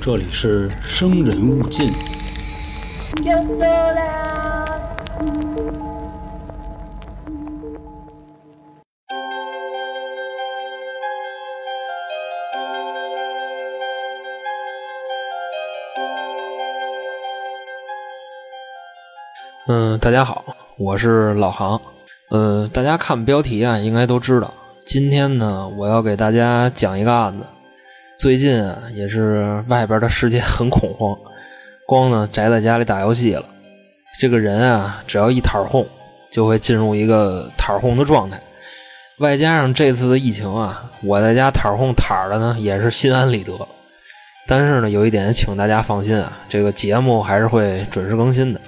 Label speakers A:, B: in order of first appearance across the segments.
A: 这里是《生人勿进》。
B: Yo sola.
C: 嗯，大家好，我是老航。嗯，大家看标题啊，应该都知道，今天呢，我要给大家讲一个案子。最近啊，也是外边的世界很恐慌，光呢宅在家里打游戏了。这个人啊，只要一摊儿哄，就会进入一个摊儿哄的状态。外加上这次的疫情啊，我在家摊儿哄摊儿的呢，也是心安理得。但是呢，有一点请大家放心啊，这个节目还是会准时更新的。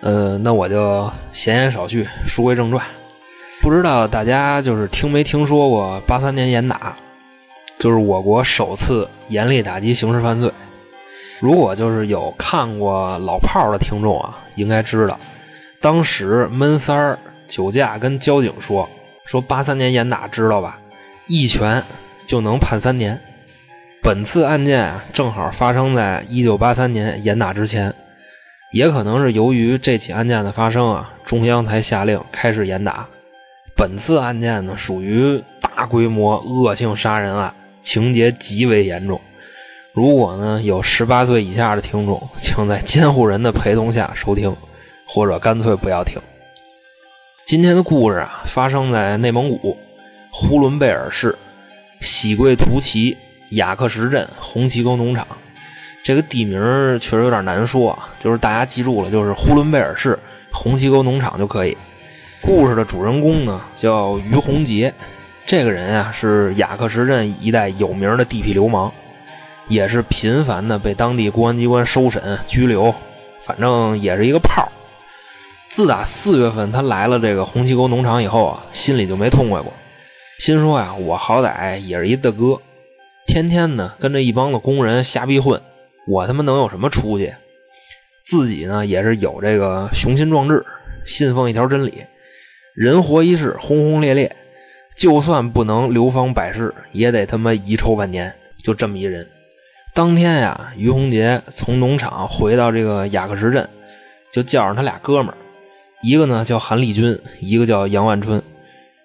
C: 呃，那我就闲言少叙，书归正传。不知道大家就是听没听说过八三年严打，就是我国首次严厉打击刑事犯罪。如果就是有看过老炮儿的听众啊，应该知道，当时闷三儿酒驾跟交警说说八三年严打，知道吧？一拳就能判三年。本次案件啊，正好发生在一九八三年严打之前。也可能是由于这起案件的发生啊，中央才下令开始严打。本次案件呢，属于大规模恶性杀人案，情节极为严重。如果呢有十八岁以下的听众，请在监护人的陪同下收听，或者干脆不要听。今天的故事啊，发生在内蒙古呼伦贝尔市喜贵图旗雅克什镇红旗沟农场。这个地名儿确实有点难说啊，就是大家记住了，就是呼伦贝尔市红旗沟农场就可以。故事的主人公呢叫于洪杰，这个人啊是雅克什镇一带有名的地痞流氓，也是频繁的被当地公安机关收审、拘留，反正也是一个炮儿。自打四月份他来了这个红旗沟农场以后啊，心里就没痛快过，心说呀、我好歹也是一大哥，天天呢跟这一帮子工人瞎逼混。我他妈能有什么出息？自己呢也是有这个雄心壮志，信奉一条真理：人活一世，轰轰烈烈，就算不能流芳百世，也得他妈遗臭万年。就这么一人。当天呀，于洪杰从农场回到这个雅克什镇，就叫上他俩哥们儿，一个呢叫韩立军，一个叫杨万春。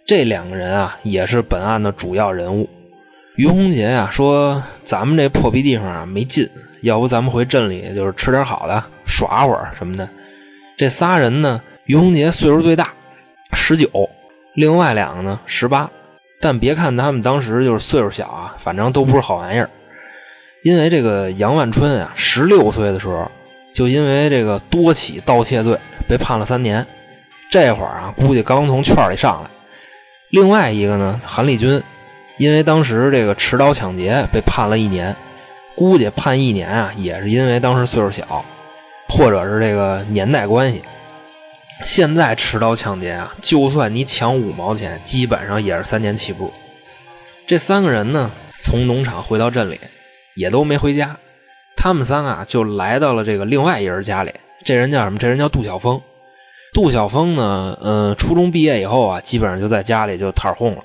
C: 这两个人啊，也是本案的主要人物。于洪杰啊说：“咱们这破逼地方啊没劲，要不咱们回镇里就是吃点好的，耍会儿什么的。”这仨人呢，于洪杰岁数最大，十九，另外两个呢十八。但别看他们当时就是岁数小啊，反正都不是好玩意儿。因为这个杨万春啊，十六岁的时候就因为这个多起盗窃罪被判了三年，这会儿啊估计刚从圈里上来。另外一个呢，韩立军因为当时这个持刀抢劫被判了一年，估计判一年啊，也是因为当时岁数小，或者是这个年代关系。现在持刀抢劫啊，就算你抢五毛钱，基本上也是三年起步。这三个人呢，从农场回到镇里，也都没回家。他们三个啊，就来到了这个另外一人家里。这人叫什么？这人叫杜晓峰。杜晓峰呢，嗯、初中毕业以后啊，基本上就在家里就摊儿哄了。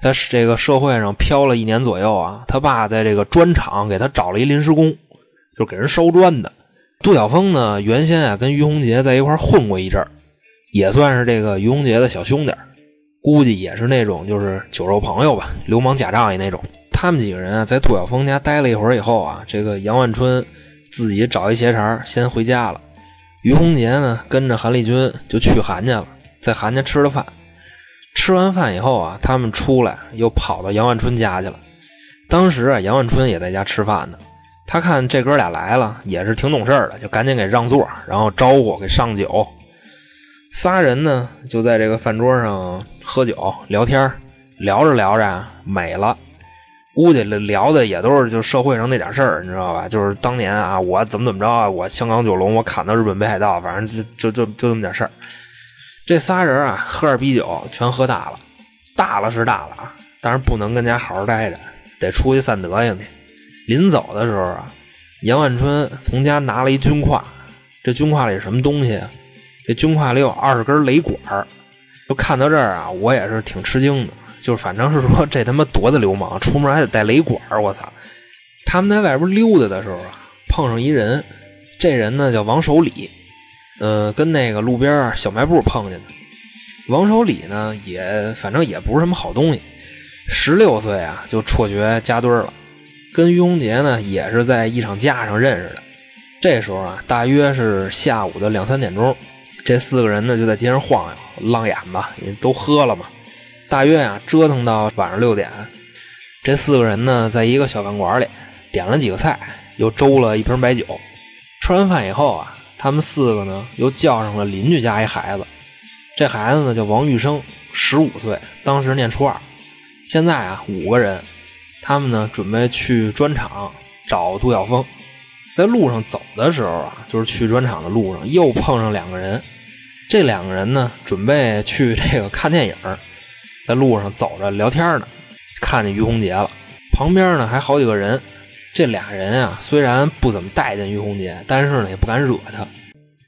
C: 在这个社会上飘了一年左右啊，他爸在这个砖厂给他找了一临时工，就给人烧砖的。杜晓峰呢，原先啊跟于洪杰在一块儿混过一阵儿，也算是这个于洪杰的小兄弟儿，估计也是那种就是酒肉朋友吧，流氓假仗义那种。他们几个人啊，在杜晓峰家待了一会儿以后啊，这个杨万春自己找一鞋茬儿先回家了，于洪杰呢跟着韩立军就去韩家了，在韩家吃了饭。吃完饭以后啊，他们出来又跑到杨万春家去了。当时啊，杨万春也在家吃饭呢。他看这哥俩来了，也是挺懂事儿的，就赶紧给让座，然后招呼给上酒。仨人呢就在这个饭桌上喝酒聊天儿，聊着聊着啊美了，估计聊的也都是就社会上那点事儿，你知道吧？就是当年啊，我怎么怎么着啊，我香港九龙，我砍到日本北海道，反正就就就就这么点事儿。这仨人啊，喝点啤酒全喝大了，大了是大了啊，但是不能跟家好好待着，得出去散德行去。临走的时候啊，杨万春从家拿了一军挎，这军挎里是什么东西啊？这军挎里有二十根雷管儿。就看到这儿啊，我也是挺吃惊的，就是反正是说这他妈多大流氓，出门还得带雷管儿，我操！他们在外边溜达的时候啊，碰上一人，这人呢叫王守礼，嗯、跟那个路边小卖部碰见的。王守礼呢，也反正也不是什么好东西，十六岁啊就辍学扎堆儿了，跟于洪杰呢也是在一场架上认识的。这时候啊，大约是下午的两三点钟，这四个人呢就在街上晃悠，浪眼子，因为都喝了嘛。大约啊折腾到晚上六点，这四个人呢在一个小饭馆里点了几个菜，又周了一瓶白酒。吃完饭以后啊，他们四个呢又叫上了邻居家一孩子，这孩子呢叫王玉生，十五岁，当时念初二。现在啊五个人，他们呢准备去砖厂找杜晓峰。在路上走的时候啊，就是去砖厂的路上，又碰上两个人。这两个人呢，准备去这个看电影儿，在路上走着聊天呢，看见于洪杰了。旁边呢还好几个人，这俩人啊虽然不怎么待见于洪杰，但是呢也不敢惹他，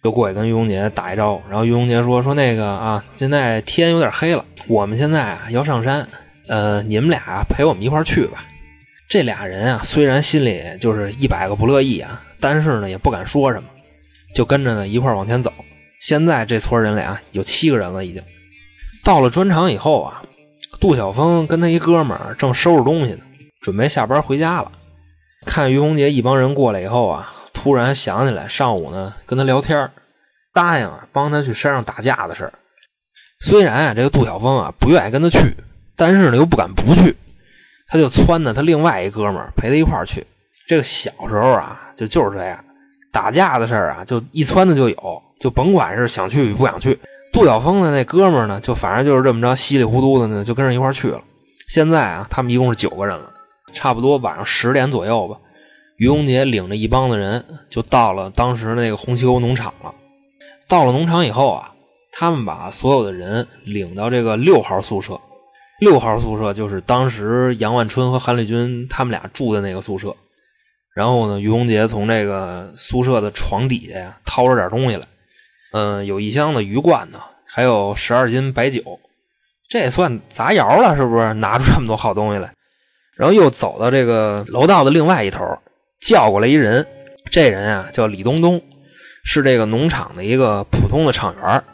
C: 就过去跟于洪杰打一招呼。然后于洪杰说：“说那个啊，现在天有点黑了，我们现在啊要上山，呃，你们俩陪我们一块儿去吧。”这俩人啊，虽然心里就是一百个不乐意啊，但是呢也不敢说什么，就跟着呢一块儿往前走。现在这村人里啊有七个人了，已经到了砖厂以后啊，杜晓峰跟他一哥们儿正收拾东西呢，准备下班回家了。看于洪杰一帮人过来以后啊，突然想起来上午呢跟他聊天儿，答应啊帮他去山上打架的事儿。虽然啊这个杜晓峰啊不愿意跟他去，但是呢又不敢不去。他就撺掇他另外一哥们儿陪他一块儿去。这个小时候啊，就就是这样，打架的事儿啊，就一撺掇就有，就甭管是想去与不想去。杜晓峰的那哥们儿呢，就反正就是这么着稀里糊涂的呢，就跟着一块儿去了。现在啊，他们一共是九个人了，差不多晚上十点左右吧。于洪杰领着一帮子人就到了当时那个红旗沟农场了。到了农场以后啊，他们把所有的人领到这个六号宿舍，六号宿舍就是当时杨万春和韩立军他们俩住的那个宿舍。然后呢，于洪杰从这个宿舍的床底下呀掏出点东西来，嗯，有一箱的鱼罐呢，还有十二斤白酒，这也算砸窑了，是不是？拿出这么多好东西来，然后又走到这个楼道的另外一头，叫过来一人，这人啊叫李东东，是这个农场的一个普通的厂员儿。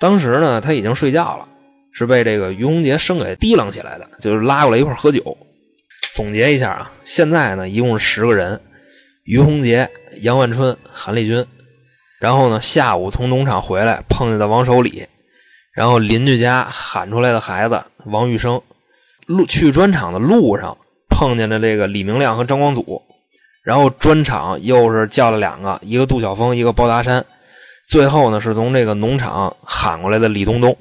C: 当时呢，他已经睡觉了。是被这个于洪杰生给提楞起来的，就是拉过来一块儿喝酒。总结一下啊，现在呢一共是十个人，于洪杰、杨万春、韩立军，然后呢下午从农场回来碰见的王守礼，然后邻居家喊出来的孩子王玉生，路去砖厂的路上碰见了这个李明亮和张光祖，然后砖厂又是叫了两个，一个杜晓峰，一个包达山，最后呢是从这个农场喊过来的李东东。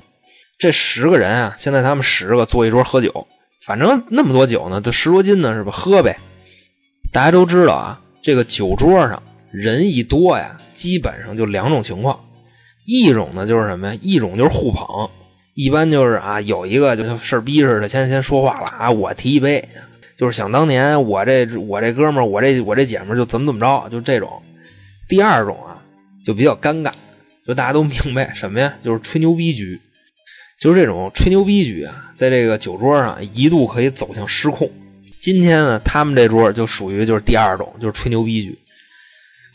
C: 这十个人啊，现在他们十个坐一桌喝酒，反正那么多酒呢，就十多斤呢，是吧？喝呗。大家都知道啊，这个酒桌上人一多呀，基本上就两种情况，一种呢就是什么呀？一种就是互捧，一般就是啊，有一个就像事儿逼似的，先先说话了啊，我提一杯，就是想当年我这我这哥们儿，我这我这姐们儿就怎么怎么着，就这种。第二种啊，就比较尴尬，就大家都明白什么呀？就是吹牛逼局。就是这种吹牛逼局啊，在这个酒桌上一度可以走向失控。今天呢，他们这桌就属于就是第二种，就是吹牛逼局。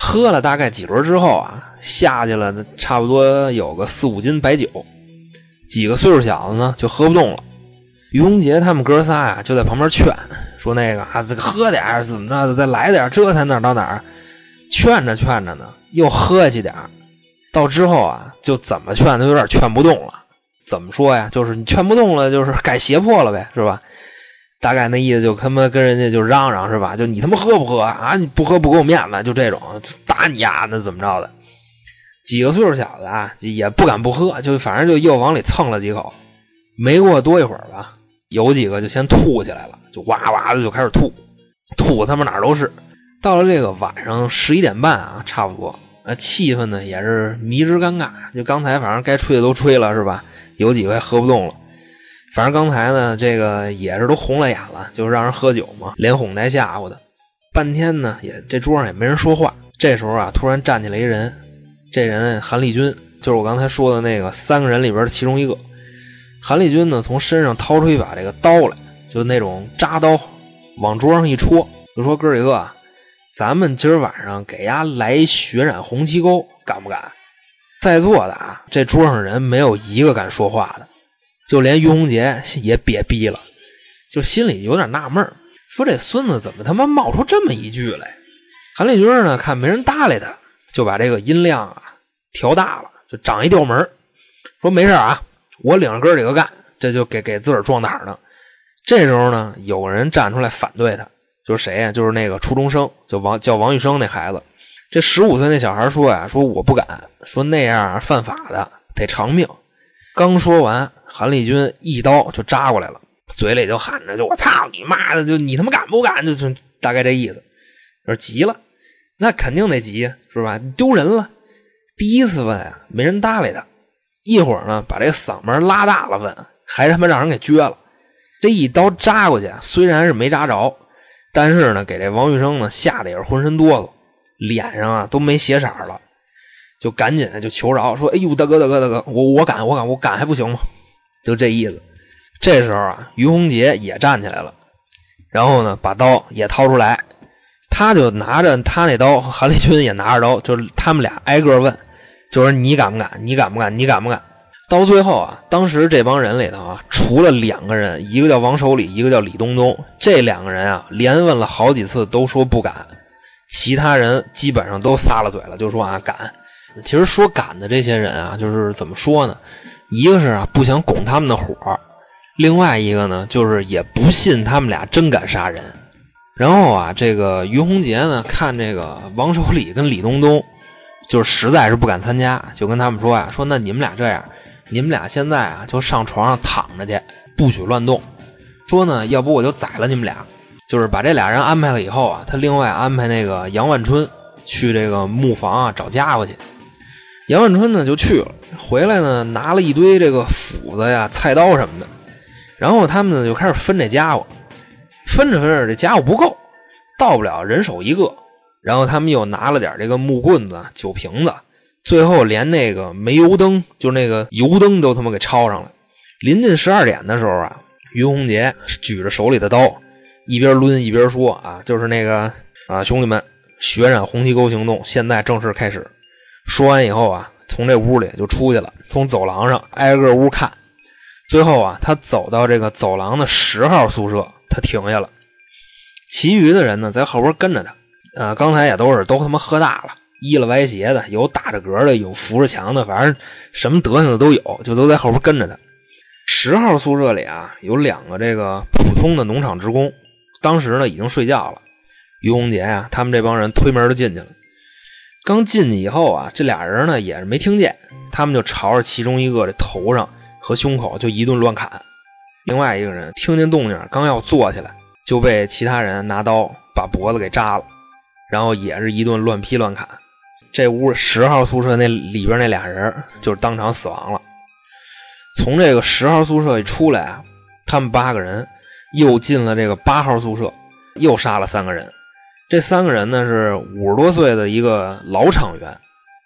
C: 喝了大概几轮之后啊，下去了差不多有个四五斤白酒，几个岁数小子呢就喝不动了。于洪杰他们哥仨啊就在旁边劝，说那个啊这个喝点儿怎么着的，再来点儿，这才哪儿到哪儿。劝着劝着呢，又喝起点儿，到之后啊就怎么劝都有点劝不动了。怎么说呀？就是你劝不动了，就是改胁迫了呗，是吧？大概那意思就他妈跟人家就嚷嚷是吧？就你他妈喝不喝啊？你不喝不给我面子，就这种打你呀、那怎么着的？几个岁数小子啊，也不敢不喝，就反正就又往里蹭了几口。没过多一会儿吧，有几个就先吐起来了，就哇哇的就开始吐，吐他妈哪儿都是。到了这个晚上十一点半啊，差不多，啊，气氛呢也是迷之尴尬。就刚才反正该吹的都吹了是吧？有几位喝不动了。反正刚才呢，这个也是都红了眼了，就让人喝酒嘛，连哄带吓唬的。半天呢，也这桌上也没人说话。这时候啊，突然站起来一人，这人韩立军，就是我刚才说的那个三个人里边的其中一个。韩立军呢，从身上掏出一把这个刀来，就那种扎刀，往桌上一戳，就说哥儿几个啊，咱们今儿晚上给丫来一血染红旗沟，敢不敢？在座的啊，这桌上人没有一个敢说话的，就连于洪杰也瘪逼了，就心里有点纳闷儿，说这孙子怎么他妈冒出这么一句来？韩立军呢，看没人搭理他，就把这个音量啊调大了，就长一调门儿说没事儿啊，我领着哥儿几个干，这就给给自个儿壮胆儿呢。这时候呢，有个人站出来反对他，就是谁呀、就是那个初中生，就王叫王玉生那孩子。这十五岁那小孩说呀、说我不敢，说那样犯法的，得偿命。刚说完，韩立军一刀就扎过来了，嘴里就喊着就我操你妈的，就你他妈敢不敢？就就大概这意思。就是急了，那肯定得急，是吧？丢人了，第一次问啊，没人搭理他。一会儿呢，把这嗓门拉大了问，还他妈让人给撅了。这一刀扎过去，虽然是没扎着，但是呢，给这王玉生呢吓得也是浑身哆嗦，脸上啊都没血色了，就赶紧就求饶说：“哎呦，大哥，大哥，大哥，我我敢，我敢，我敢还不行吗？”就这意思。这时候啊，于洪杰也站起来了，然后呢，把刀也掏出来，他就拿着他那刀，韩立军也拿着刀，就是他们俩挨个问，就说你敢不敢？你敢不敢？你敢不敢？到最后啊，当时这帮人里头啊，除了两个人，一个叫王守礼，一个叫李东东，这两个人啊，连问了好几次都说不敢，其他人基本上都撒了嘴了，就说啊敢。其实说敢的这些人啊，就是怎么说呢？一个是啊不想拱他们的火，另外一个呢就是也不信他们俩真敢杀人。然后啊，这个于洪杰呢，看这个王守礼跟李东东，就是实在是不敢参加，就跟他们说啊，说那你们俩这样，你们俩现在啊就上床上躺着去，不许乱动。说呢，要不我就宰了你们俩。就是把这俩人安排了以后啊，他另外安排那个杨万春去这个木房啊找家伙去。杨万春呢就去了，回来呢拿了一堆这个斧子呀、菜刀什么的，然后他们呢就开始分这家伙。分着分着这家伙不够，到不了人手一个，然后他们又拿了点这个木棍子、酒瓶子，最后连那个煤油灯，就是那个油灯都他妈给抄上了。临近十二点的时候啊，于洪杰举着手里的刀，一边抡一边说啊，就是那个啊，兄弟们，血染红旗沟行动现在正式开始。说完以后啊，从这屋里就出去了，从走廊上挨个屋看。最后啊，他走到这个走廊的十号宿舍，他停下了。其余的人呢，在后边跟着他。呃，刚才也都是都他妈喝大了，依了歪斜的，有打着嗝的，有扶着墙的，反正什么德行的都有，就都在后边跟着他。十号宿舍里啊，有两个这个普通的农场职工，当时呢已经睡觉了。于洪杰啊，他们这帮人推门就进去了。刚进去以后啊，这俩人呢也是没听见，他们就朝着其中一个这头上和胸口就一顿乱砍。另外一个人听见动静，刚要坐起来，就被其他人拿刀把脖子给扎了，然后也是一顿乱劈乱砍。这屋十号宿舍那里边那俩人就是当场死亡了。从这个十号宿舍一出来啊，他们八个人又进了这个八号宿舍，又杀了三个人。这三个人呢是五十多岁的一个老厂员，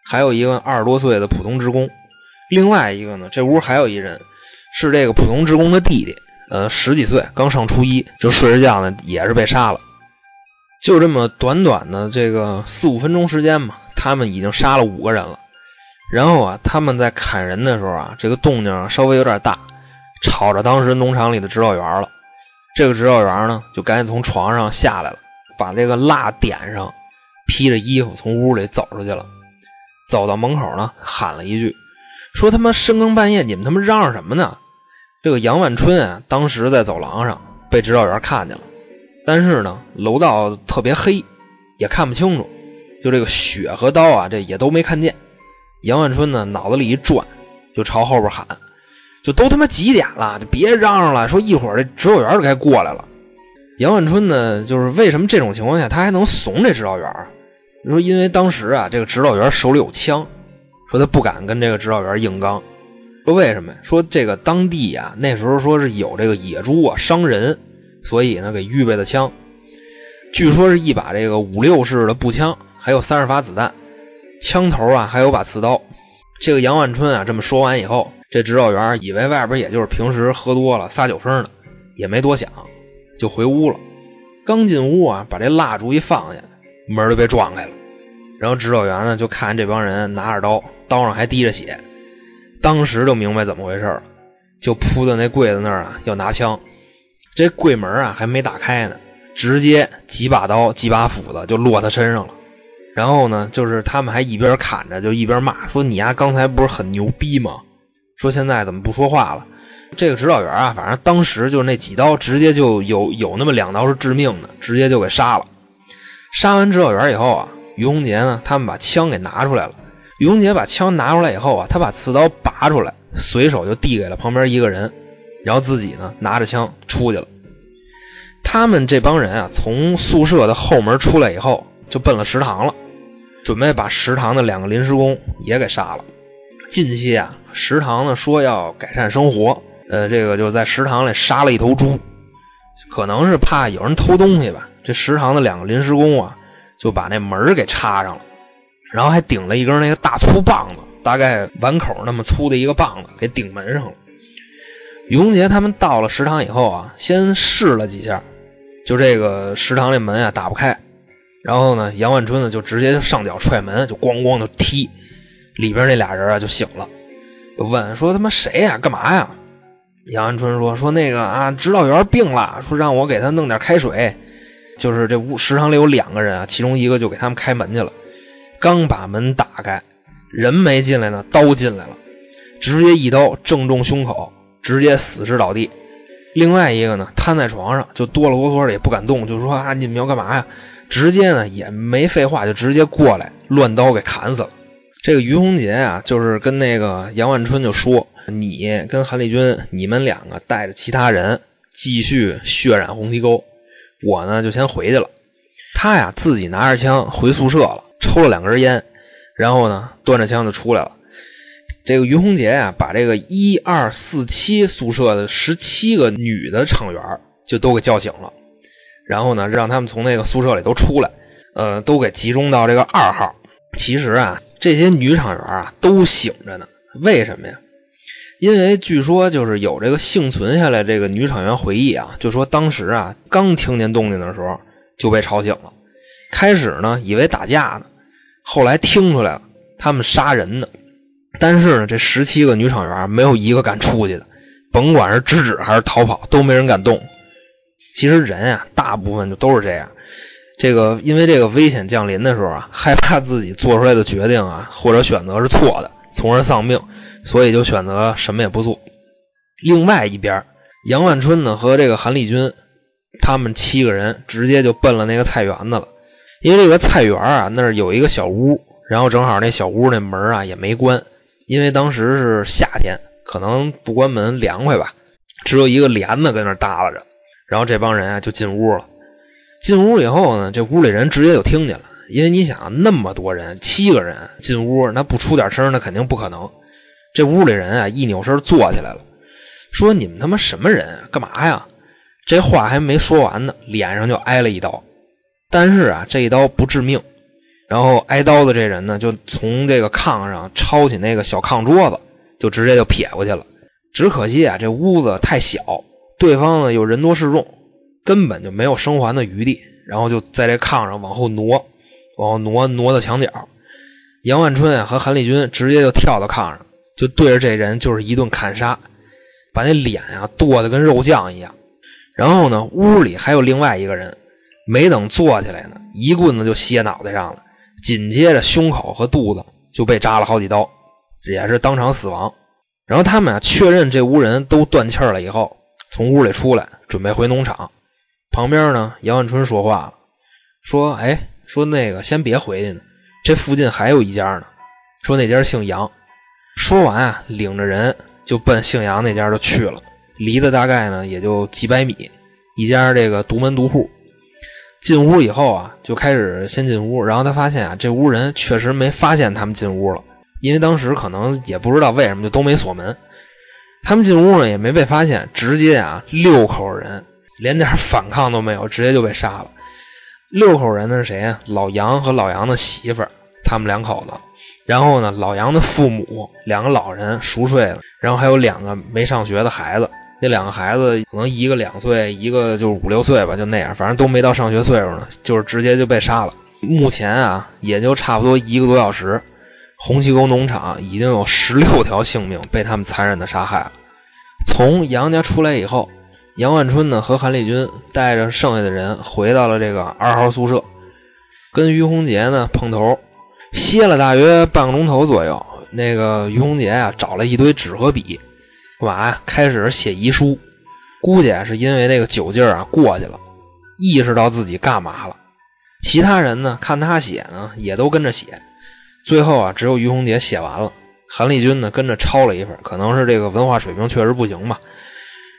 C: 还有一个二十多岁的普通职工。另外一个呢，这屋还有一人是这个普通职工的弟弟，呃，十几岁，刚上初一，就睡着觉呢，也是被杀了。就这么短短的这个四五分钟时间嘛，他们已经杀了五个人了。然后啊，他们在砍人的时候啊，这个动静啊稍微有点大，吵着当时农场里的指导员了。这个指导员呢，就赶紧从床上下来了，把这个蜡点上，披着衣服从屋里走出去了。走到门口呢，喊了一句：“说他妈深更半夜你们他妈嚷嚷什么呢？这个杨万春啊，当时在走廊上被指导员看见了，但是呢，楼道特别黑，也看不清楚，就这个血和刀啊，这也都没看见。杨万春呢，脑子里一转，就朝后边喊，就都他妈几点了，就别嚷嚷了，说一会儿这指导员就该过来了。杨万春呢，就是为什么这种情况下他还能怂这指导员啊？你说因为当时啊，这个指导员手里有枪，说他不敢跟这个指导员硬刚，说为什么呀？说这个当地啊，那时候说是有这个野猪啊伤人，所以呢给预备的枪，据说是一把这个五六式的步枪，还有三十发子弹，枪头啊还有把刺刀。这个杨万春啊这么说完以后，这指导员以为外边也就是平时喝多了撒酒疯呢，也没多想，就回屋了。刚进屋啊，把这蜡烛一放下，门儿就被撞开了。然后指导员呢就看这帮人拿着刀，刀上还滴着血，当时就明白怎么回事了，就扑到那柜子那儿啊要拿枪。这柜门啊还没打开呢，直接几把刀、几把斧子就落他身上了。然后呢，就是他们还一边砍着就一边骂，说你呀刚才不是很牛逼吗？说现在怎么不说话了？这个指导员啊，反正当时就是那几刀，直接就有有那么两刀是致命的，直接就给杀了。杀完指导员以后啊，于洪杰呢，他们把枪给拿出来了。于洪杰把枪拿出来以后啊，他把刺刀拔出来，随手就递给了旁边一个人，然后自己呢拿着枪出去了。他们这帮人啊，从宿舍的后门出来以后，就奔了食堂了，准备把食堂的两个临时工也给杀了。近期啊，食堂呢说要改善生活，呃，这个就在食堂里杀了一头猪，可能是怕有人偷东西吧。这食堂的两个临时工啊，就把那门儿给插上了，然后还顶了一根那个大粗棒子，大概碗口那么粗的一个棒子，给顶门上了。于洪杰他们到了食堂以后啊，先试了几下，就这个食堂这门啊打不开，然后呢，杨万春呢就直接就上脚踹门，就咣咣就踢，里边那俩人啊就醒了，就问说他妈谁呀、干嘛呀？杨安春说说那个啊，指导员病了，说让我给他弄点开水。就是这屋食堂里有两个人啊，其中一个就给他们开门去了。刚把门打开，人没进来呢，刀进来了，直接一刀正中胸口，直接死尸倒地。另外一个呢，瘫在床上，就哆了哆嗦的也不敢动，就说啊，你们要干嘛呀？直接呢也没废话，就直接过来乱刀给砍死了。这个于洪杰啊，就是跟那个杨万春就说：“你跟韩立军，你们两个带着其他人继续血染红堤沟，我呢就先回去了。”他呀自己拿着枪回宿舍了，抽了两根烟，然后呢端着枪就出来了。这个于洪杰啊，把这个一二四七宿舍的十七个女的场员儿就都给叫醒了，然后呢让他们从那个宿舍里都出来，呃，都给集中到这个二号。其实啊，这些女场员啊都醒着呢。为什么呀？因为据说就是有这个幸存下来这个女场员回忆啊，就说当时啊刚听见动静的时候就被吵醒了。开始呢以为打架呢，后来听出来了他们杀人呢。但是呢，这十七个女场员没有一个敢出去的，甭管是制止还是逃跑，都没人敢动。其实人啊，大部分就都是这样。这个因为这个危险降临的时候啊，害怕自己做出来的决定啊或者选择是错的，从而丧命，所以就选择什么也不做。另外一边，杨万春呢和这个韩立军，他们七个人直接就奔了那个菜园子了，因为这个菜园啊那儿有一个小屋，然后正好那小屋那门啊也没关，因为当时是夏天，可能不关门凉快吧，只有一个帘子跟那儿耷拉着，然后这帮人啊就进屋了。进屋以后呢，这屋里人直接就听见了，因为你想啊那么多人，七个人进屋，那不出点声那肯定不可能。这屋里人啊一扭身坐起来了，说你们他妈什么人啊，干嘛呀？这话还没说完呢，脸上就挨了一刀，但是啊这一刀不致命。然后挨刀的这人呢，就从这个炕上抄起那个小炕桌子，就直接就撇过去了。只可惜啊，这屋子太小，对方呢又人多势众，根本就没有生还的余地，然后就在这炕上往后挪，往后挪挪到墙角。杨万春啊和韩立军直接就跳到炕上，就对着这人就是一顿砍杀，把那脸啊剁得跟肉酱一样。然后呢，屋里还有另外一个人，没等坐起来呢，一棍子就歇脑袋上了，紧接着胸口和肚子就被扎了好几刀，也是当场死亡。然后他们啊确认这屋人都断气儿了以后，从屋里出来，准备回农场。旁边呢，杨万春说话了，说：“哎，说那个先别回去呢，这附近还有一家呢，说那家姓杨。”说完啊，领着人就奔姓杨那家就去了，离得大概呢也就几百米，一家这个独门独户。进屋以后啊，就开始先进屋，然后他发现啊，这屋人确实没发现他们进屋了，因为当时可能也不知道为什么就都没锁门。他们进屋呢也没被发现，直接啊六口人连点反抗都没有，直接就被杀了。六口人呢是谁呀？老杨和老杨的媳妇儿，他们两口子。然后呢，老杨的父母，两个老人熟睡了，然后还有两个没上学的孩子，那两个孩子可能一个两岁，一个就是五六岁吧，就那样，反正都没到上学岁数呢，就是直接就被杀了。目前啊，也就差不多一个多小时，红旗沟农场已经有十六条性命被他们残忍的杀害了。从杨家出来以后，杨万春呢和韩立军带着剩下的人回到了这个二号宿舍，跟于红杰呢碰头，歇了大约半个钟头左右。那个于红杰啊找了一堆纸和笔，干嘛呀？开始写遗书，估计啊是因为那个酒劲儿啊过去了，意识到自己干嘛了。其他人呢看他写呢也都跟着写，最后啊只有于红杰写完了，韩立军呢跟着抄了一份，可能是这个文化水平确实不行吧。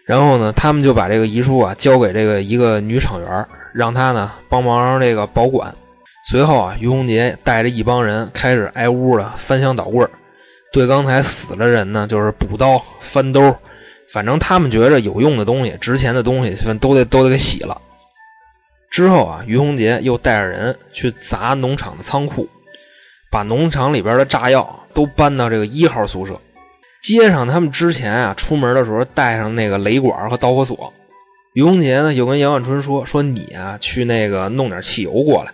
C: 然后呢，他们就把这个遗书啊交给这个一个女厂员儿，让她呢帮忙这个保管。随后啊，于洪杰带着一帮人开始挨屋的翻箱倒柜儿，对刚才死的人呢，就是补刀、翻兜，反正他们觉着有用的东西、值钱的东西，反都得都得给洗了。之后啊，于洪杰又带着人去砸农场的仓库，把农场里边的炸药都搬到这个一号宿舍。接上他们之前啊，出门的时候带上那个雷管和导火索。于洪杰呢，又跟杨万春说：“说你啊，去那个弄点汽油过来。”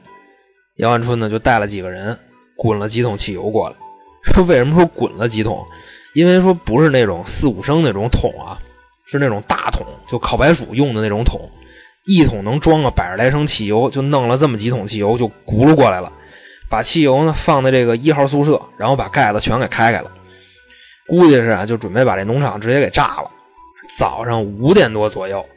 C: 杨万春呢，就带了几个人滚了几桶汽油过来。 说为什么说滚了几桶？因为说不是那种四五升那种桶啊，是那种大桶，就烤白薯用的那种桶，一桶能装个百十来升汽油，就弄了这么几桶汽油，就轱辘过来了。把汽油呢放在这个一号宿舍，然后把盖子全给开开了。估计是啊，就准备把这农场直接给炸了。早上五点多左右，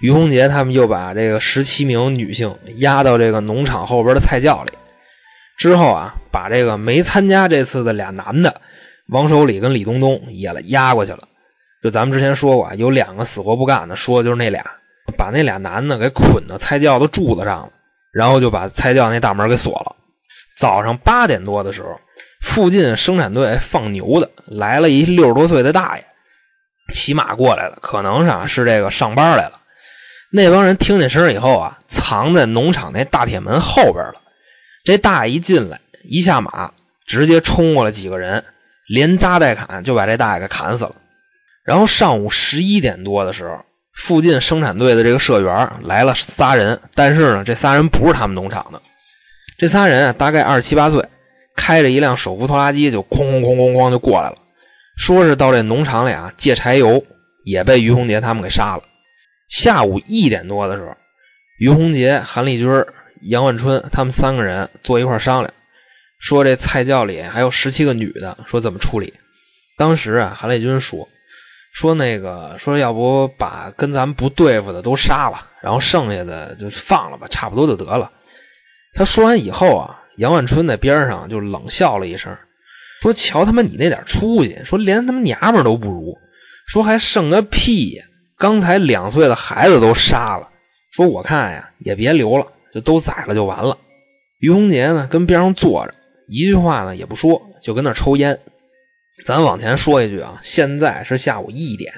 C: 于洪杰他们又把这个十七名女性押到这个农场后边的菜窖里，之后啊，把这个没参加这次的俩男的王守礼跟李东东也押过去了。就咱们之前说过啊，有两个死活不干的，说的就是那俩，把那俩男的给捆到菜窖的柱子上了，然后就把菜窖那大门给锁了。早上八点多的时候，附近生产队放牛的来了一六十多岁的大爷，骑马过来的，可能是啊是这个上班来了。那帮人听见声儿以后啊，藏在农场那大铁门后边了。这大爷一进来，一下马，直接冲过来几个人，连扎带砍就把这大爷给砍死了。然后上午十一点多的时候，附近生产队的这个社员来了仨人，但是呢，这仨人不是他们农场的，这仨人啊大概二十七八岁，开着一辆手扶拖拉机就哐哐哐哐哐就过来了，说是到这农场里啊借柴油，也被于洪杰他们给杀了。下午一点多的时候，于洪杰、韩立军、杨万春他们三个人坐一块儿商量，说这菜窖里还有十七个女的，说怎么处理。当时啊，韩立军说说那个说要不把跟咱们不对付的都杀了，然后剩下的就放了吧，差不多就得了。他说完以后啊，杨万春在边上就冷笑了一声，说：“瞧他妈你那点出息，说连他妈娘们儿都不如，说还剩个屁呀！刚才两岁的孩子都杀了，说我看呀也别留了，就都宰了就完了。”于洪杰呢跟边上坐着，一句话呢也不说，就跟那儿抽烟。咱往前说一句啊，现在是下午一点，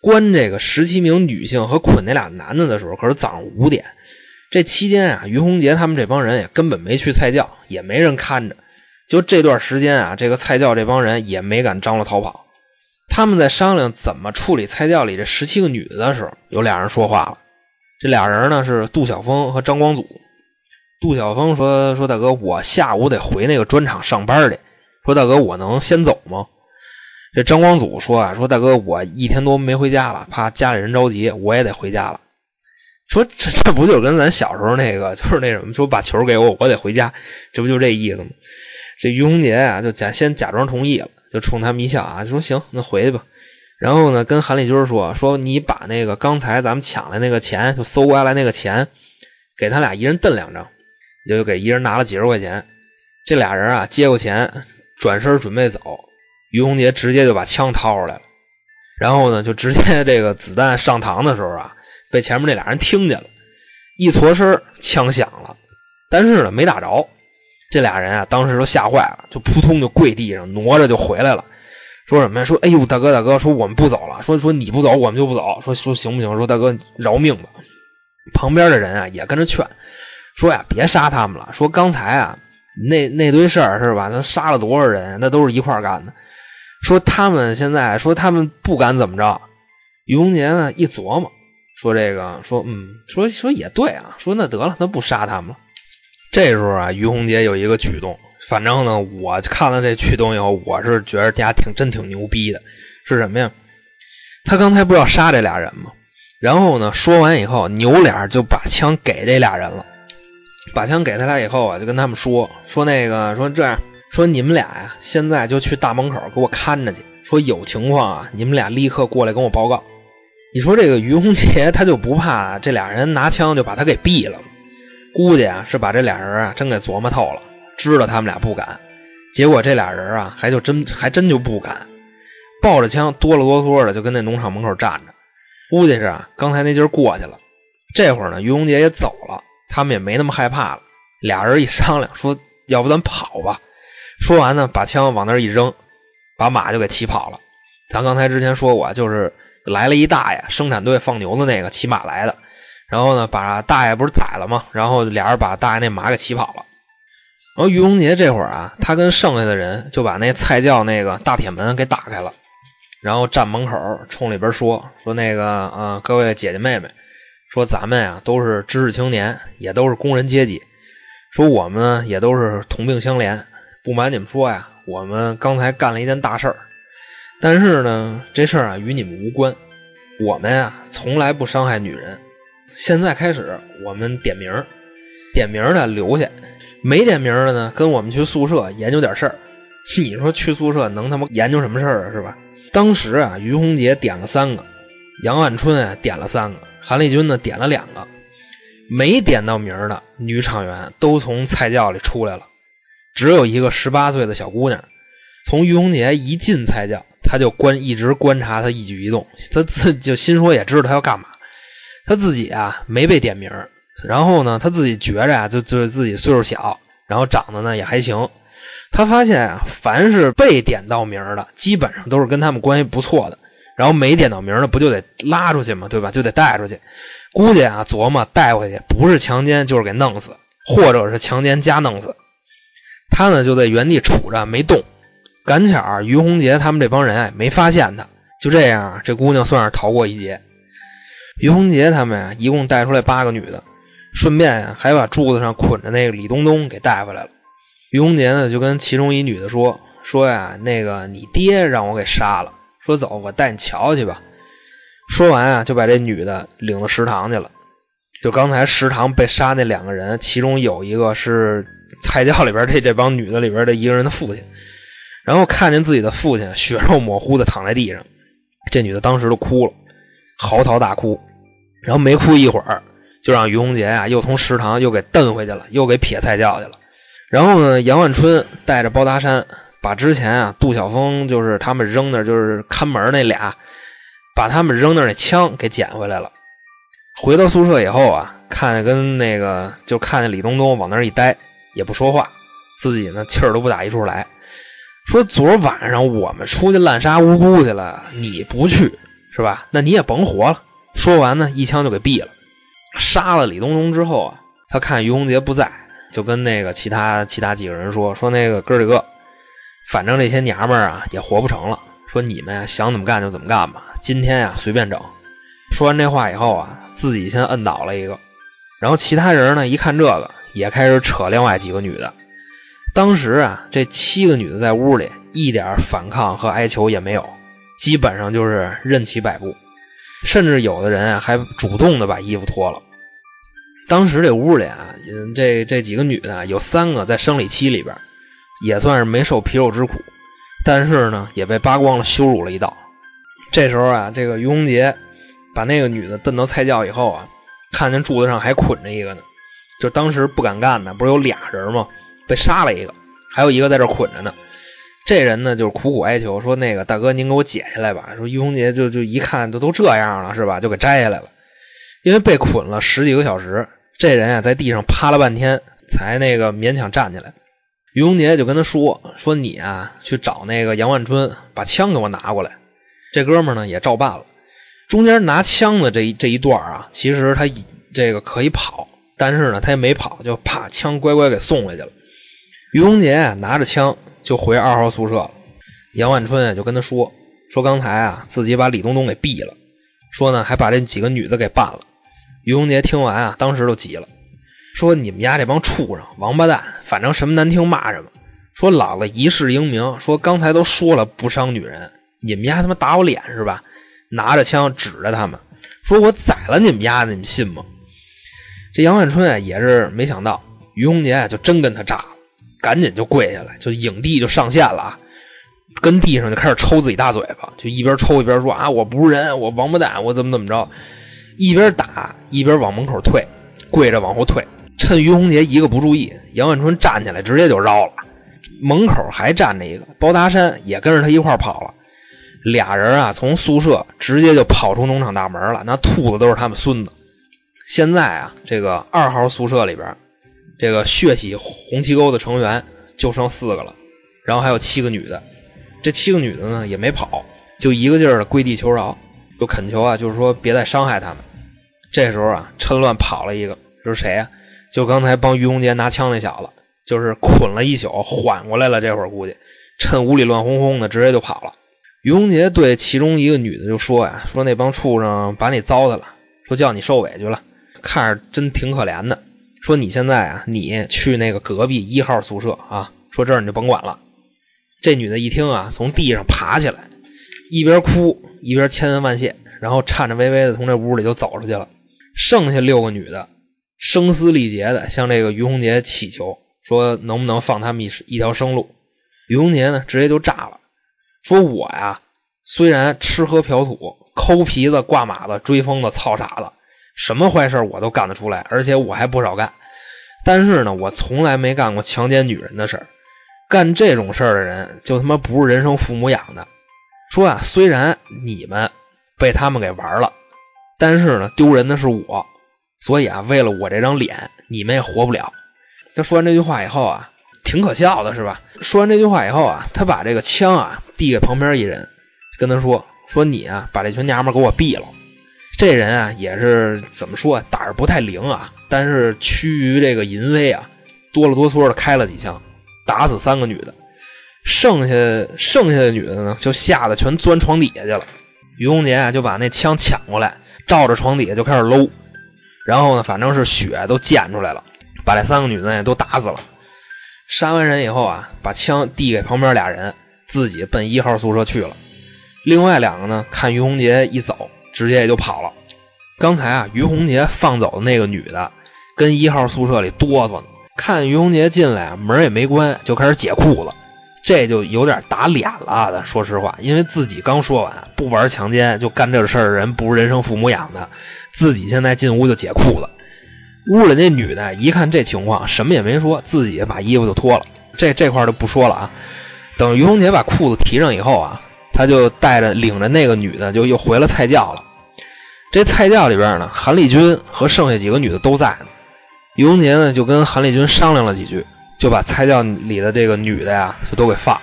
C: 关这个十七名女性和捆那俩男的的时候，可是早上五点。这期间啊，于洪杰他们这帮人也根本没去菜窖，也没人看着。就这段时间啊，这个菜窖这帮人也没敢张罗逃跑。他们在商量怎么处理菜窖里这十七个女的的时候，有俩人说话了。这俩人呢是杜晓峰和张光祖。杜晓峰说：“说大哥，我下午得回那个砖厂上班去。说大哥，我能先走吗？”这张光祖说：“啊，说大哥，我一天多没回家了，怕家里人着急，我也得回家了。”说这这不就跟咱小时候那个就是那什么，说把球给我，我得回家，这不就这意思吗？这于洪杰啊，就假先假装同意了，就冲他们一笑啊，就说行，那回去吧。然后呢，跟韩立军说说你把那个刚才咱们抢来那个钱，就搜刮来那个钱，给他俩一人瞪两张，也就给一人拿了几十块钱。这俩人啊接过钱，转身准备走，于洪杰直接就把枪掏出来了，然后呢，就直接 这个子弹上膛的时候啊。被前面那俩人听见了，一错身儿枪响了，但是呢没打着。这俩人啊，当时都吓坏了，就扑通就跪地上，挪着就回来了。说什么呀？说哎呦，大哥大哥，说我们不走了，说说你不走我们就不走，说说行不行？说大哥饶命吧。旁边的人啊也跟着劝，说呀别杀他们了，说刚才啊那那堆事儿是吧？咱杀了多少人？那都是一块儿干的。说他们现在说他们不敢怎么着，于公杰呢一琢磨，说这个说嗯，说说也对啊，说那得了，那不杀他们了。这时候啊，于洪杰有一个举动，反正呢，我看了这举动以后，我是觉得家挺真挺牛逼的，是什么呀？他刚才不是要杀这俩人吗？然后呢，说完以后，扭脸就把枪给这俩人了，把枪给他俩以后啊，就跟他们说说那个说这样说你们俩呀、现在就去大门口给我看着去，说有情况啊，你们俩立刻过来跟我报告。你说这个于洪杰他就不怕这俩人拿枪就把他给毙了吗？估计啊是把这俩人啊真给琢磨透了，知道他们俩不敢，结果这俩人啊还就真还真就不敢，抱着枪哆了哆嗦的就跟那农场门口站着，估计是啊刚才那劲儿过去了，这会儿呢于洪杰也走了，他们也没那么害怕了，俩人一商量说要不咱跑吧，说完呢把枪往那儿一扔，把马就给骑跑了。咱刚才之前说过，就是来了一大爷，生产队放牛的那个骑马来的。然后呢，把大爷不是宰了吗？然后俩人把大爷那马给骑跑了。然后于洪杰这会儿啊，他跟剩下的人就把那菜窖那个大铁门给打开了，然后站门口冲里边说说那个啊、各位姐姐妹妹，说咱们呀、都是知识青年，也都是工人阶级，说我们也都是同病相怜。不瞒你们说呀，我们刚才干了一件大事儿，但是呢，这事儿啊与你们无关，我们啊从来不伤害女人。现在开始，我们点名儿，点名儿的留下，没点名儿的呢，跟我们去宿舍研究点事儿。你说去宿舍能他妈研究什么事儿啊，是吧？当时啊，于洪杰点了三个，杨万春啊点了三个，韩立军呢点了两个，没点到名儿的女厂员都从菜窖里出来了，只有一个十八岁的小姑娘，从于洪杰一进菜窖，她就观一直观察他一举一动，她自就心说也知道他要干嘛。他自己啊没被点名儿，然后呢，他自己觉着啊，就就是自己岁数小，然后长得呢也还行。他发现啊，凡是被点到名儿的，基本上都是跟他们关系不错的。然后没点到名儿的，不就得拉出去嘛，对吧？就得带出去。估计啊，琢磨带回去不是强奸就是给弄死，或者是强奸加弄死。他呢就在原地杵着没动。赶巧儿于洪杰他们这帮人哎没发现他，就这样啊，这姑娘算是逃过一劫。于洪杰他们呀、一共带出来八个女的，顺便呀、还把柱子上捆着那个李东东给带回来了。于洪杰呢，就跟其中一女的说：“说呀，那个你爹让我给杀了，说走，我带你瞧去吧。”说完啊，就把这女的领到食堂去了。就刚才食堂被杀那两个人，其中有一个是菜窖里边这这帮女的里边的一个人的父亲，然后看见自己的父亲血肉模糊的躺在地上，这女的当时就哭了，嚎啕大哭。然后没哭一会儿，就让于洪杰啊又从食堂又给蹬回去了，又给撇菜窖去了。然后呢，杨万春带着包达山，把之前啊杜晓峰就是他们扔那儿就是看门儿那俩，把他们扔那儿那枪给捡回来了。回到宿舍以后啊，看见跟那个就看见李东东往那儿一呆，也不说话，自己呢气儿都不打一处来，说昨儿晚上我们出去滥杀无辜去了，你不去是吧？那你也甭活了。说完呢，一枪就给毙了。杀了李东东之后啊，他看于洪杰不在，就跟那个其他其他几个人说说那个哥儿几个，反正这些娘们儿啊也活不成了，说你们呀想怎么干就怎么干吧，今天呀随便整。说完这话以后啊，自己先摁倒了一个，然后其他人呢一看这个，也开始扯另外几个女的。当时啊，这七个女的在屋里一点反抗和哀求也没有，基本上就是任其摆布。甚至有的人啊还主动的把衣服脱了。当时这屋里啊，嗯这这几个女的啊有三个在生理期里边，也算是没受皮肉之苦，但是呢也被扒光了羞辱了一道。这时候啊，这个于洪杰把那个女的蹬到菜窖以后啊，看见柱子上还捆着一个呢，就当时不敢干的，不是有俩人吗？被杀了一个，还有一个在这儿捆着呢。这人呢，就是苦苦哀求说：“那个大哥，您给我解下来吧。”说于洪杰就就一看都都这样了，是吧？就给摘下来了。因为被捆了十几个小时，这人啊在地上趴了半天，才那个勉强站起来。于洪杰就跟他说：“说你啊，去找那个杨万春，把枪给我拿过来。”这哥们儿呢也照办了。中间拿枪的这一这一段啊，其实他以这个可以跑，但是呢他也没跑，就把枪乖乖给送回去了。于洪杰啊拿着枪就回二号宿舍了。杨万春啊就跟他说说刚才啊自己把李东东给毙了，说呢还把这几个女的给办了。于洪杰听完啊，当时就急了，说你们家这帮畜生、王八蛋，反正什么难听骂什么。说老子一世英名，说刚才都说了不伤女人，你们家他妈打我脸是吧？拿着枪指着他们，说我宰了你们家，你们信吗？这杨万春啊也是没想到，于洪杰啊就真跟他炸了，赶紧就跪下来，就影帝就上线了啊，跟地上就开始抽自己大嘴巴，就一边抽一边说啊我不是人，我王八蛋，我怎么怎么着，一边打一边往门口退，跪着往后退，趁于洪杰一个不注意，杨万春站起来直接就绕了，门口还站着一个包达山也跟着他一块儿跑了。俩人啊，从宿舍直接就跑出农场大门了。那兔子都是他们孙子。现在啊，这个二号宿舍里边，这个血洗红旗沟的成员就剩四个了，然后还有七个女的。这七个女的呢也没跑，就一个劲儿的跪地求饶，就恳求啊，就是说别再伤害他们。这时候啊，趁乱跑了一个，是谁啊呀、就刚才帮于洪杰拿枪那小子，就是捆了一宿，缓过来了。这会儿估计趁屋里乱哄哄的，直接就跑了。于洪杰对其中一个女的就说呀：“说那帮畜生把你糟蹋了，说叫你受委屈了，看着真挺可怜的。说你现在啊，你去那个隔壁一号宿舍啊，说这儿你就甭管了。”这女的一听啊，从地上爬起来，一边哭一边千恩万谢，然后颤颤巍巍的从这屋里就走出去了。剩下六个女的声嘶力竭的向这个于洪杰祈求说：“能不能放他们一一条生路？”于洪杰呢，直接就炸了。说我呀，虽然吃喝嫖赌、抠皮子、挂马子、追风的、操傻子，什么坏事儿我都干得出来，而且我还不少干。但是呢，我从来没干过强奸女人的事儿。干这种事儿的人，就他妈不是人生父母养的。说啊，虽然你们被他们给玩了，但是呢，丢人的是我。所以啊，为了我这张脸，你们也活不了。他说完这句话以后啊，挺可笑的，是吧？说完这句话以后啊，他把这个枪啊递给旁边一人，跟他说：“说你啊，把这群娘们儿给我毙了。”这人啊也是怎么说，胆儿不太灵啊，但是趋于这个淫威啊，哆了哆嗦的开了几枪，打死三个女的，剩下剩下的女的呢，就吓得全钻床底下去了。于洪杰啊就把那枪抢过来，照着床底下就开始搂，然后呢，反正是血都溅出来了，把这三个女的也都打死了。杀完人以后啊，把枪递给旁边俩人，自己奔一号宿舍去了。另外两个呢，看于洪杰一走，直接也就跑了。刚才啊，于洪杰放走的那个女的，跟一号宿舍里哆嗦呢，看于洪杰进来啊，门也没关，就开始解裤子，这就有点打脸了啊。咱说实话，因为自己刚说完啊不玩强奸就干这事儿的人不是人生父母养的，自己现在进屋就解裤子，屋里那女的一看这情况，什么也没说，自己把衣服就脱了。这这块儿就不说了啊。等于红姐把裤子提上以后啊，她就带着领着那个女的就又回了菜窖了。这菜窖里边呢，韩丽君和剩下几个女的都在呢。于红杰呢就跟韩丽君商量了几句，就把菜窖里的这个女的呀就都给放了。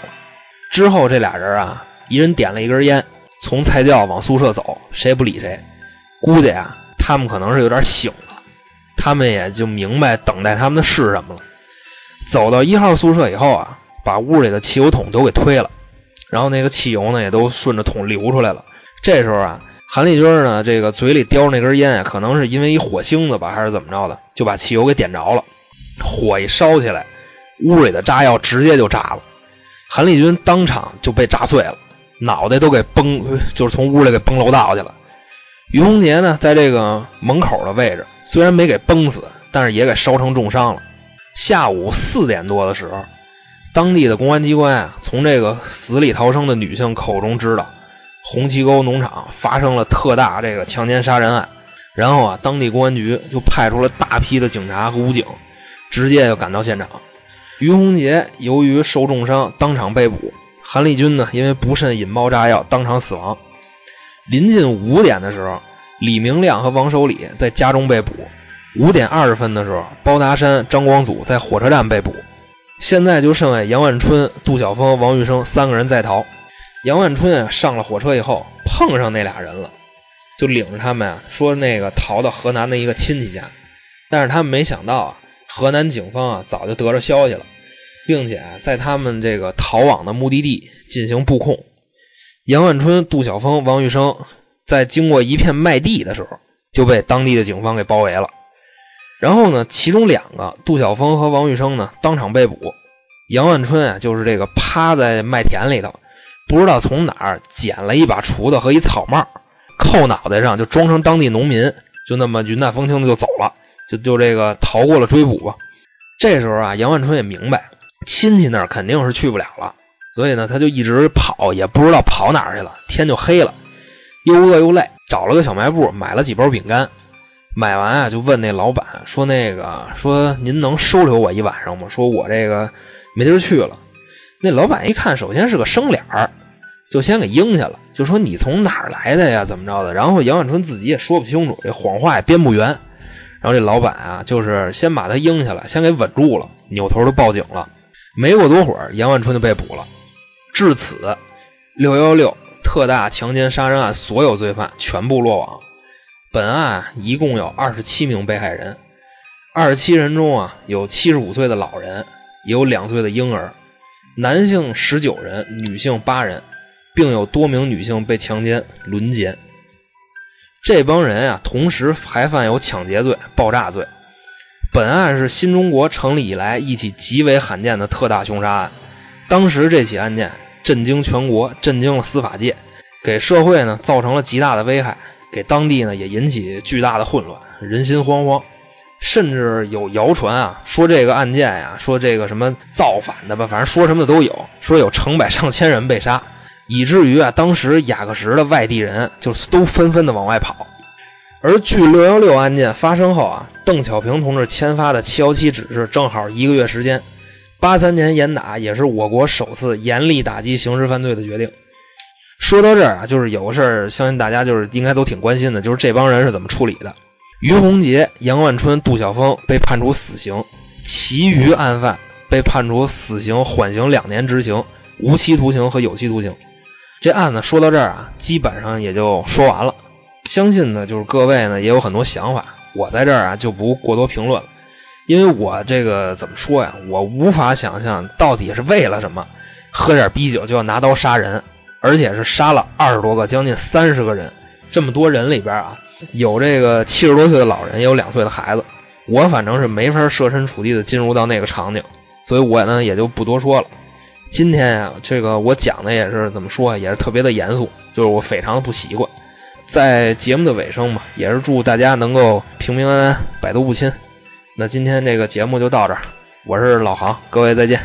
C: 之后这俩人啊，一人点了一根烟，从菜窖往宿舍走，谁也不理谁。估计啊，他们可能是有点醒了。他们也就明白等待他们的是什么了。走到一号宿舍以后啊，把屋里的汽油桶都给推了，然后那个汽油呢也都顺着桶流出来了。这时候啊，韩丽娟呢这个嘴里叼着那根烟啊，可能是因为一火星子吧，还是怎么着的，就把汽油给点着了。火一烧起来，屋里的炸药直接就炸了，韩丽君当场就被炸碎了，脑袋都给崩，就是从屋里给崩楼道去了。于洪杰呢，在这个门口的位置，虽然没给崩死，但是也给烧成重伤了。下午四点多的时候，当地的公安机关啊，从这个死里逃生的女性口中知道，红旗沟农场发生了特大这个强奸杀人案。然后啊，当地公安局就派出了大批的警察和武警，直接就赶到现场。于洪杰由于受重伤，当场被捕；韩立军呢，因为不慎引爆炸药，当场死亡。临近五点的时候，李明亮和王守礼在家中被捕。五点二十分的时候，包达山、张光祖在火车站被捕。现在就剩下杨万春、杜晓峰、王玉生三个人在逃。杨万春啊上了火车以后，碰上那俩人了，就领着他们啊说那个逃到河南的一个亲戚家，但是他们没想到啊，河南警方啊早就得着消息了，并且啊在他们这个逃往的目的地进行布控。杨万春、杜晓峰、王玉生在经过一片麦地的时候，就被当地的警方给包围了。然后呢，其中两个杜晓峰和王玉生呢，当场被捕。杨万春啊，就是这个趴在麦田里头，不知道从哪儿捡了一把锄头和一草帽，扣脑袋上，就装成当地农民，就那么云淡风轻的就走了，就就这个逃过了追捕吧。这时候啊，杨万春也明白，亲戚那儿肯定是去不了了，所以呢，他就一直跑，也不知道跑哪儿去了。天就黑了，又饿又累，找了个小卖部，买了几包饼干。买完啊，就问那老板说：“那个，说您能收留我一晚上吗？说我这个没地儿去了。”那老板一看，首先是个生脸儿，就先给应下了，就说：“你从哪儿来的呀？怎么着的？”然后杨万春自己也说不清楚，这谎话也编不圆。然后这老板啊，就是先把他应下来，先给稳住了，扭头就报警了。没过多会儿，杨万春就被捕了。至此，六幺六特大强奸杀人案所有罪犯全部落网。本案一共有二十七名被害人，二十七人中啊，有七十五岁的老人，也有两岁的婴儿，男性十九人，女性八人，并有多名女性被强奸、轮奸。这帮人啊，同时还犯有抢劫罪、爆炸罪。本案是新中国成立以来一起极为罕见的特大凶杀案。当时这起案件震惊全国，震惊了司法界，给社会呢造成了极大的危害，给当地呢也引起巨大的混乱，人心惶惶。甚至有谣传啊，说这个案件呀、说这个什么造反的吧，反正说什么的都有，说有成百上千人被杀，以至于啊，当时雅克什的外地人就是都纷纷的往外跑。而据六幺六案件发生后啊，邓小平同志签发的七幺七指示正好一个月时间。八三年严打也是我国首次严厉打击刑事犯罪的决定。说到这儿啊，就是有个事儿，相信大家就是应该都挺关心的，就是这帮人是怎么处理的。于洪杰、杨万春、杜晓峰被判处死刑，其余案犯被判处死刑、缓刑两年执行、无期徒刑和有期徒刑。这案子说到这儿啊，基本上也就说完了。相信呢，就是各位呢也有很多想法，我在这儿啊就不过多评论了，因为我这个怎么说呀，我无法想象到底是为了什么，喝点啤酒就要拿刀杀人，而且是杀了二十多个，将近三十个人，这么多人里边啊，有这个七十多岁的老人，也有两岁的孩子，我反正是没法设身处地的进入到那个场景，所以我呢也就不多说了。今天呀、这个我讲的也是怎么说啊，也是特别的严肃，就是我非常的不习惯。在节目的尾声嘛，也是祝大家能够平平安安，百毒不侵。那今天这个节目就到这儿，我是老航，各位再见。